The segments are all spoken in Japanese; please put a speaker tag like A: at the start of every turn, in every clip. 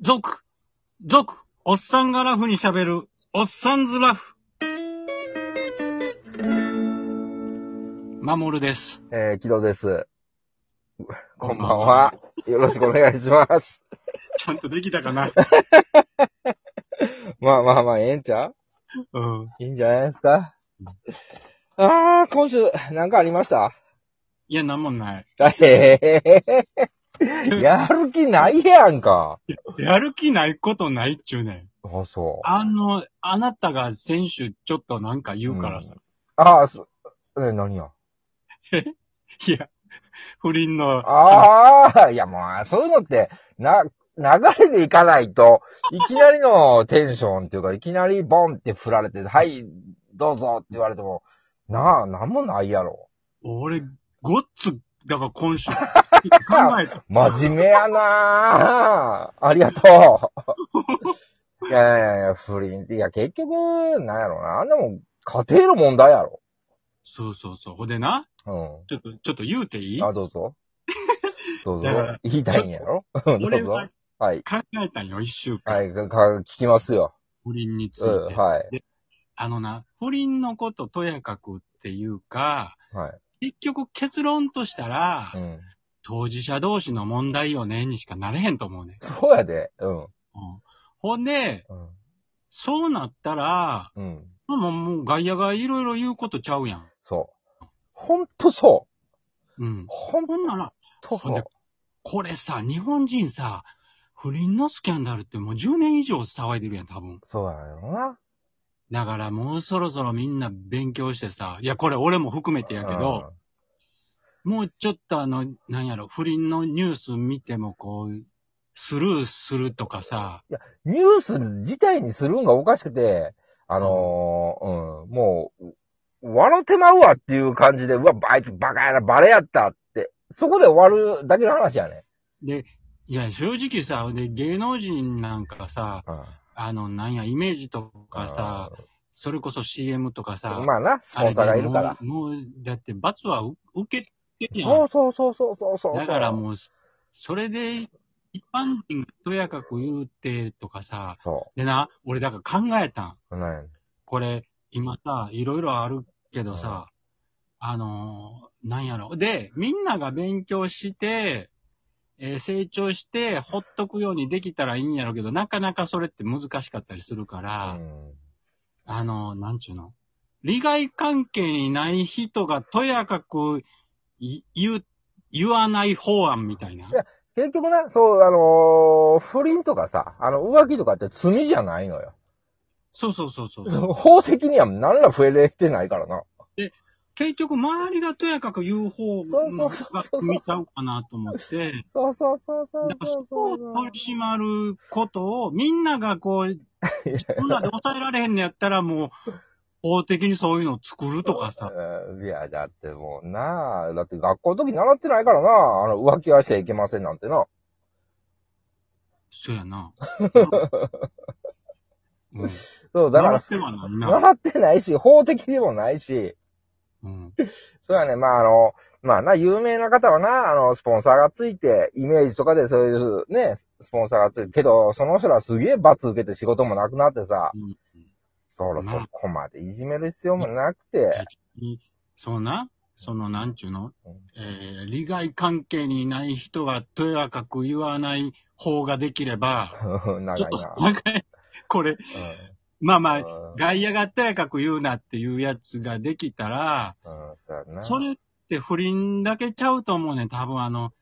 A: 続、続、おっさんがラフに喋る、おっさんずラフ。マモルです。
B: えー、木戸です。 こんばんは。よろしくお願いします。
A: ちゃんとできたかな
B: まあまあまあ、ええんちゃう
A: うん。
B: いいんじゃないですかあー、今週、なんかありました
A: いや、なんもない。
B: ええやる気ないやんか。
A: やる気ないことないっちゅうねん。
B: あ、そう。
A: あの、あなたが先週ちょっとなんか言うからさ。
B: あー、す、え、何や。
A: いや、不倫の。
B: あー、いやもう、そういうのって、な、流れでいかないと、いきなりのテンションっていうか、いきなりボンって振られて、はい、どうぞって言われても、なあ、なんもないやろ。
A: 俺、ごっつ、だから今 週、考えた。
B: 真面目やなぁ。ありがとう。いやいやいや、不倫って、いや、結局、なんやろな。あんなもん、家庭の問題やろ。
A: そうそうそう。ほんでな、
B: う
A: ちょっと、ちょっと言うていい
B: ん。あ、どうぞ。どうぞ
A: だから。
B: 言いたいんやろどう
A: 俺
B: ぞ。
A: は
B: はい。
A: 考えたんよ、一週間。
B: はい、か、か聞きますよ。
A: 不倫について。
B: うん、はい。
A: あのな、不倫のこととやかくっていうか、
B: はい。
A: 結局結論としたら、
B: うん。
A: 当事者同士の問題よね、にしかなれへんと思うねん。
B: そうやで。うん。
A: うん、ほんで、
B: うん。
A: そうなったら、
B: うん。
A: もう、もう外野がいろいろ言うことちゃうやん。
B: そう。ほんとそう。
A: うん。
B: ほん
A: ほんなら、
B: と
A: ほ
B: そ
A: んで
B: う。
A: これさ、日本人さ、不倫のスキャンダルってもう10年以上騒いでるやん、多分。
B: そうやろな。
A: だからもうそろそろみんな勉強してさ、いや、これ俺も含めてやけど、もうちょっとあの、なんやろ、不倫のニュース見てもこう、スルーするとかさ、
B: ニュース自体にするんがおかしくて、あのーうん、もう、笑ってまうわっていう感じで、うわ、あいつバカやな、バレやったって、そこで終わるだけの話やね。
A: で、いや、正直さ、で、芸能人なんかさ、
B: うん。
A: あの、なんや、イメージとかさ、それこそ CM とか
B: うん、
A: さ、
B: まあな、スポンサーがいるから。
A: あれでもう、もうだって罰はう受けてるや
B: そ
A: ん
B: う。そうそうそうそうそう。
A: だからもう、それで、一般人がとやかく言うてとかさ、
B: そ
A: でな、俺だから考えたん。
B: う。なんや
A: これ、今さ、いろいろあるけどさ、あのーなんやろ。で、みんなが勉強して、えー成長して、ほっとくようにできたらいいんやろうけど、なかなかそれって難しかったりするから、
B: うん
A: あのーなんちゅうの。利害関係にない人がとやかくい言う、言わない法案みたいな。
B: いや結局な、そう、あのー不倫とかさ、あの、浮気とかって罪じゃないのよ。
A: そうそうそうそう。
B: 法的には何ら触れてないからな。
A: 結局、周りがとやかく言う方
B: そうそうそう
A: が見ちゃうかなと思って、
B: そうそうそうそう
A: だから
B: そ
A: そうこ
B: そ
A: を
B: うそう。
A: 取り締まることを、みんながこう、そんなで抑えられへんのやったら、もう、法的にそういうのを作るとか さ。
B: うんいや、だってもうなあ、だって学校の時習ってないからなあの、浮気はしちゃいけませんなんてな。
A: そうやな。うん。
B: そう、だから、
A: 習ってはないな。
B: 習ってないし、法的でもないし、
A: うん。
B: そうやね、まああの、まあな、有名な方はな、あの、スポンサーがついて、イメージとかでそういうね、スポンサーがついて、けど、その人らすげえ罰受けて仕事もなくなってさ、
A: うん
B: だからそこまでいじめる必要もなくて、
A: そうな、その、なんちゅうの
B: うん、
A: えー、利害関係にない人がとやかく言わない法ができれば、
B: 長いな。
A: ちょっと、なんか、これ、まあまあ、外野がとやかく言うなっていうやつができたら、
B: うん、うん、そうやな。
A: それって不倫だけちゃうと思うねん。多分あの、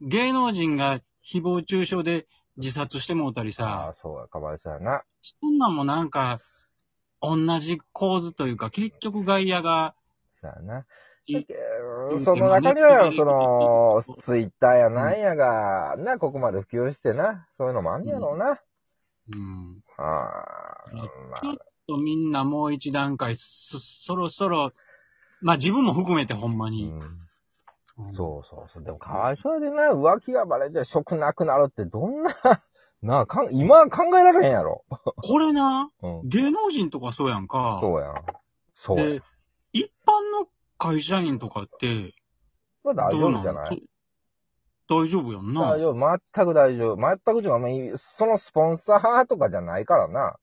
A: 芸能人が誹謗中傷で自殺してもうたり
B: あ
A: さ
B: あ、、そうや、かわいそうやな。
A: そんなんもなんか、同じ構図というか、結局外野が、
B: そうやな。
A: い
B: だけどその中には、その、ツイッターやなんやが、な、ここまで普及してな、そういうのもあんやろうな。
A: うん、
B: ああ
A: うん、
B: ま
A: ちょっとみんなもう一段階、そ、そろそろ、まあ自分も含めてほんまに。
B: あ、うん、そうそうそう。でも、かわいそうやでな、浮気がバレて、食なくなるって、どんな、なあ、かん、今は考えられへんやろ。
A: うん。これな、
B: うん。
A: 芸能人とかそうやんか。
B: そうやん。そうやん
A: で。、一般の会社員とかって、
B: まあ大丈夫じ
A: ど
B: ゃ
A: う
B: なんい
A: 大丈夫やんな
B: 大。丈夫、全く大丈夫。全くじゃ、あんまり、そのスポンサーとかじゃないからな。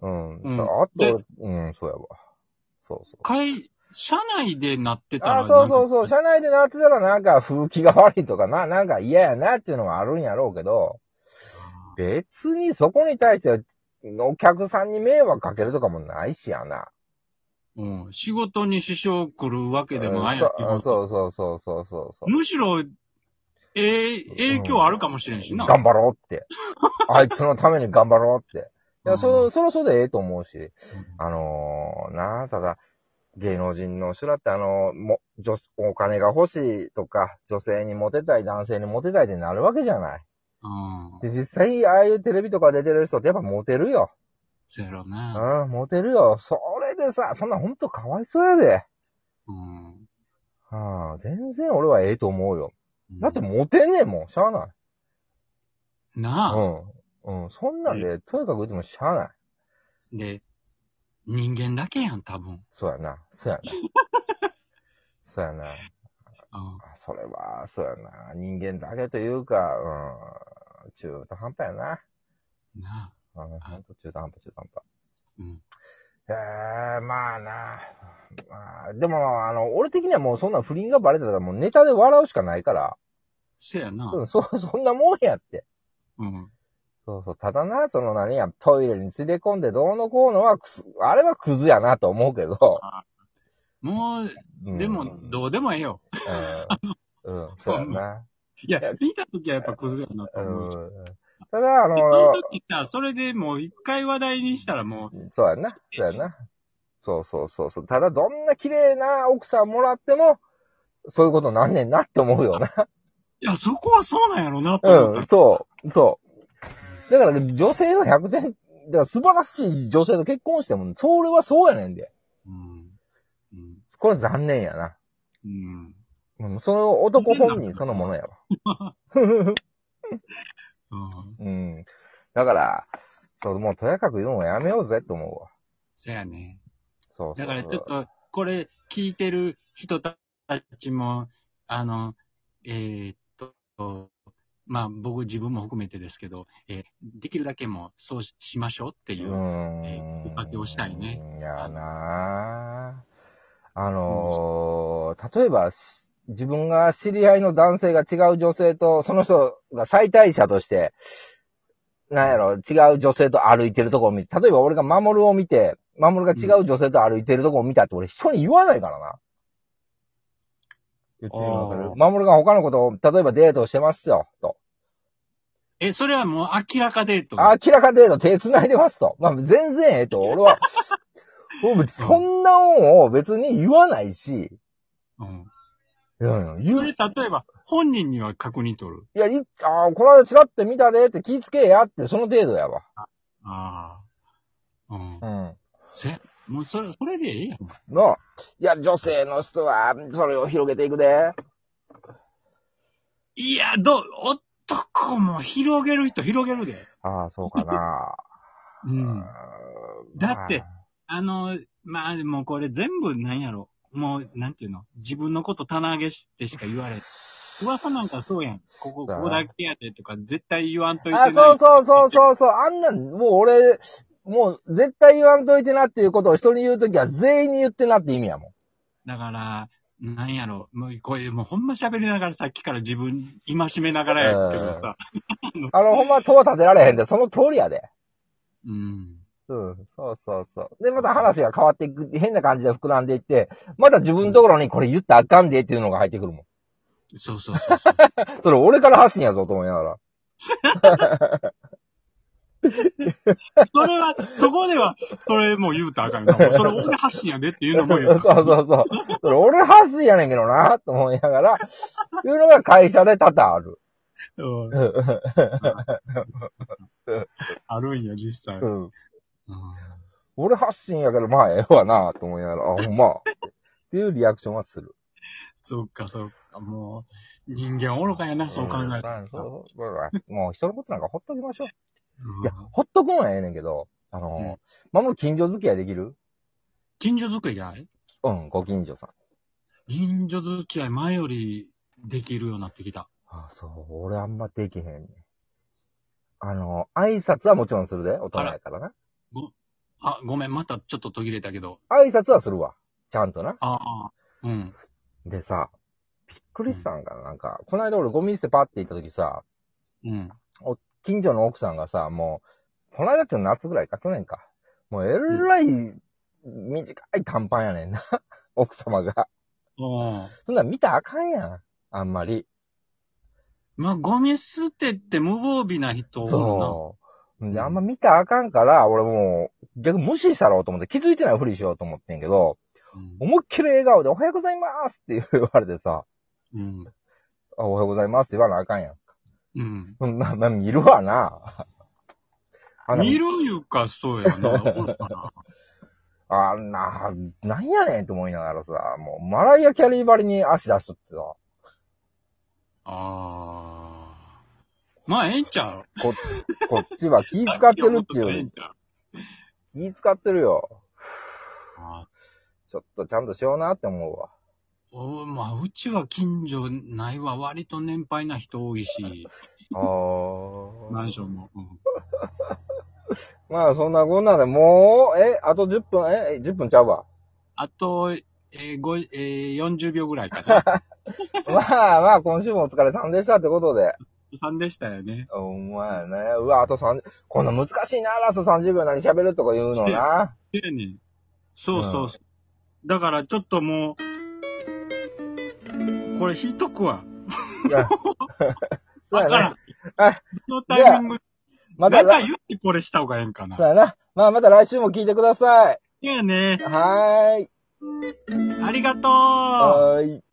B: うん。
A: うん
B: あ
A: で
B: と、うん、そうやわ。そうそう。
A: 会、社内でなってたら。
B: あ、そうそうそう。
A: なんか
B: 社内でなってたらなんか風紀が悪いとかな、なんか嫌やなっていうのはあるんやろうけど、別にそこに対してお客さんに迷惑かけるとかもないしやな。
A: うん。仕事に支障来るわけでもないやけ
B: うん
A: ど
B: そうそうそうそうそうそう。
A: むしろ、ええ影響あるかもしれんしな。
B: 頑張ろう って。あいつのために頑張ろうって。いや、
A: う
B: そ、
A: ん
B: そろそろでええと思うし。あのーなあ、ただ、芸能人の人だってあのーも、女、お金が欲しいとか、女性にモテたい、男性にモテたいってなるわけじゃない。
A: うん。
B: で、実際、ああいうテレビとか出てる人ってやっぱモテるよ。
A: そうやろね。
B: うん、モテるよ。それでさ、そんなほんとかわいそうやで。
A: うん。
B: はあ、全然俺はええと思うよ。だって
A: な
B: モテねえもん、しゃあない。
A: あ、
B: うん。うん、そんなんで、とにかく言ってもしゃあない。
A: で、人間だけやん、多分。
B: そうやな、そうやな。 そうや
A: う
B: な。
A: ん。
B: あそれは、そうやな。人間だけというか、うん、中途半端やな。
A: なあ。
B: うん、ほんと中途半端、中途半端。
A: うん。
B: ええまあな。まあ、でも、あの、俺的にはもうそんな不倫がバレてたらもうネタで笑うしかないから。
A: そやな。
B: うん、そう、そんなもんやって。
A: うん。
B: そうそう、ただな、その何や、トイレに連れ込んでどうのこうのは、くすあれはクズやなと思うけど。
A: もう、
B: うん
A: でも、どうでもええよ。
B: うん、 うん、そうやな。
A: いや、見たときはやっぱクズやなと
B: うん
A: 思う。。
B: ただ、あ
A: でその
B: の、
A: 時さ、それでもう一回話題にしたらもう、
B: そうやな。そうやな。そうそうそうそう。ただ、どんな綺麗な奥さんもらっても、そういうことなんねんなって思うよな。
A: いや、そこは そうなんやろなと思
B: う
A: っ
B: ん、
A: た。
B: そう、そう。だから、女性の100点、だから素晴らしい女性と結婚しても、それはそうやねんで。
A: うん。うん。
B: これ残念やな。
A: うん。
B: うん、その男本人そのものやわ。
A: うん。
B: うん。だから、そう、もうとやかく言うのはやめようぜって思うわ。
A: そやね。
B: そう
A: だ
B: そう。
A: からちょっと、これ聞いてる人たちも、あの、えーっと、まあ僕自分も含めてですけど、えーできるだけもうそうししましょうっていうう。
B: ー
A: え
B: ん。
A: おかけをしたいね。
B: やなぁ。あのー例えば、し自分が知り合いの男性が違う女性と、その人が再退者として、なんやろ、違う女性と歩いてるとこを見て、例えば俺が守るを見て、守るが違う女性と歩いてるとこを見たって俺人に言わないからな。言ってるのわか
A: あ
B: る
A: ー
B: 守るが他のことを、例えばデートをしてますよ、と。
A: え、それはもう明らかデート。
B: 明らか程度手繋いでますと。まあ、全然ええと、 俺は、俺そんな恩を別に言わないし、
A: うん。
B: いやいや、言、
A: そうれ
B: い
A: 例えば本人には確認取る。
B: や、いああ、この間チラって見たでって気ぃつけやって、その程度やわ。
A: ああ。うん。
B: うん。
A: せ、もうそれ、それでええやん。
B: の、いや、女性の人は、それを広げていくで。
A: いや、どう、男も広げる人広げるで。
B: ああ、そうかな。
A: う。
B: うん
A: だって、あの、まあ、もうこれ全部なんやろ。もう、なんていうの自分のこと棚上げしてしか言わ れん。噂なんかそうやん。ここ、
B: そうや
A: こ
B: な
A: こだけやでとか、絶対言わんといてな
B: あ
A: い。
B: そうそうそうそうそう。あんなん、もう俺、もう絶対言わんといてなっていうことを人に言うときは全員に言ってなって意味やもん。
A: だから、なんやろ。もう、これ、もうほんま喋りながらさっきから自分、今しめながらやけどさ。
B: あの、ほんま塔立てられへんで、その通りやで。
A: うん。
B: うん、そうそうそう。で、また話が変わっていく、変な感じで膨らんでいって、また自分のところにこれ言ったらあかんでっていうのが入ってくるもん。
A: そうそうそう そう。
B: それ俺から発信やぞと思いながら。
A: それは、そこでは、それもう言うたらあかんよな。もうそれ俺発信やでっていうのも言
B: そううそうそう。それ俺発信やねんけどな、と思いながら、いうのが会社で多々ある。
A: うんあるんや、実際。
B: うん。
A: うん
B: 俺発信やけど、まあええわな、と思いながら、あ、ほんま。っていうリアクションはする。
A: そっか、そっか、もう、人間愚かやな、そう考えた
B: う
A: ら。
B: んそうそうだからもう人のことなんかほっときましょう。
A: うん
B: いや、ほっとくのはええねんけど、あの、まも近所付き合いできる
A: 近所付き合い
B: うん、ご近所さん。
A: 近所付き合い前よりできるようになってきた。
B: あ、そう。俺あんまできへんねん。あの、挨拶はもちろんするで、大人やからな。
A: あ、ごめん、またちょっと途切れたけど。
B: 挨拶はするわ。ちゃんとな。
A: ああ、うん。
B: でさ、びっくりしたんかな、なんか。この間俺ゴミ捨てパって行った時さ、
A: うん。
B: 近所の奥さんがさ、もう、この間って夏ぐらいか、去年か。もうえらい短い短パンやねんな。 奥様が。
A: おー
B: そんなん見たらあかんやん。あんまり。
A: まあ、ゴミ捨てって無防備な人多
B: そう。で、あんま見たらあかんから、俺もう、逆に無視したろうと思って、気づいてないふりしようと思ってんけど、
A: いな。
B: 思いっきり笑顔で、おはようございますって言われてさ、
A: うん。
B: あ、おはようございますって言わなあかんやん。
A: うん。
B: うんまあ、まあ、見るわな。
A: う
B: あ
A: ん、見るいうか、そうやな。おるか な
B: あんな、なんやねんと思いながらさ、もう、マライア・キャリーばりに足出しとってさ、
A: ああ。まあ、ええんちゃう
B: こ、こっちは気使ってるってい
A: ええ
B: う、
A: んちゃう
B: 気使ってるよ。
A: あ
B: ちょっとちゃんとしようなって思うわ。
A: ーおまあ、うちは近所ないわ。割と年配な人多い し、
B: あ
A: マンションも。うん
B: まあ、そんなこんなで、もう、え、あと10分、え、え10分ちゃうわ。
A: あと、えーごえー40秒ぐらいか な。
B: まあまあ、今週もお疲れさんでしたってことで。
A: 3でしたよね。
B: お前ね。うわ、あと3、こんな難しいな、ラスト30秒何喋るとか言うのな。
A: そうやねんそうそうそう。だからちょっともう、これ引いとくわ。
B: いやそう
A: だか
B: やね
A: ら。、
B: あ
A: どのタイミング、
B: また
A: なん
B: ら
A: か、言ってこれした方がええんかな。
B: そう
A: そ
B: やな。まあ、また来週も聞いてください。
A: うやね。
B: はーい。
A: ありがとう
B: はーい。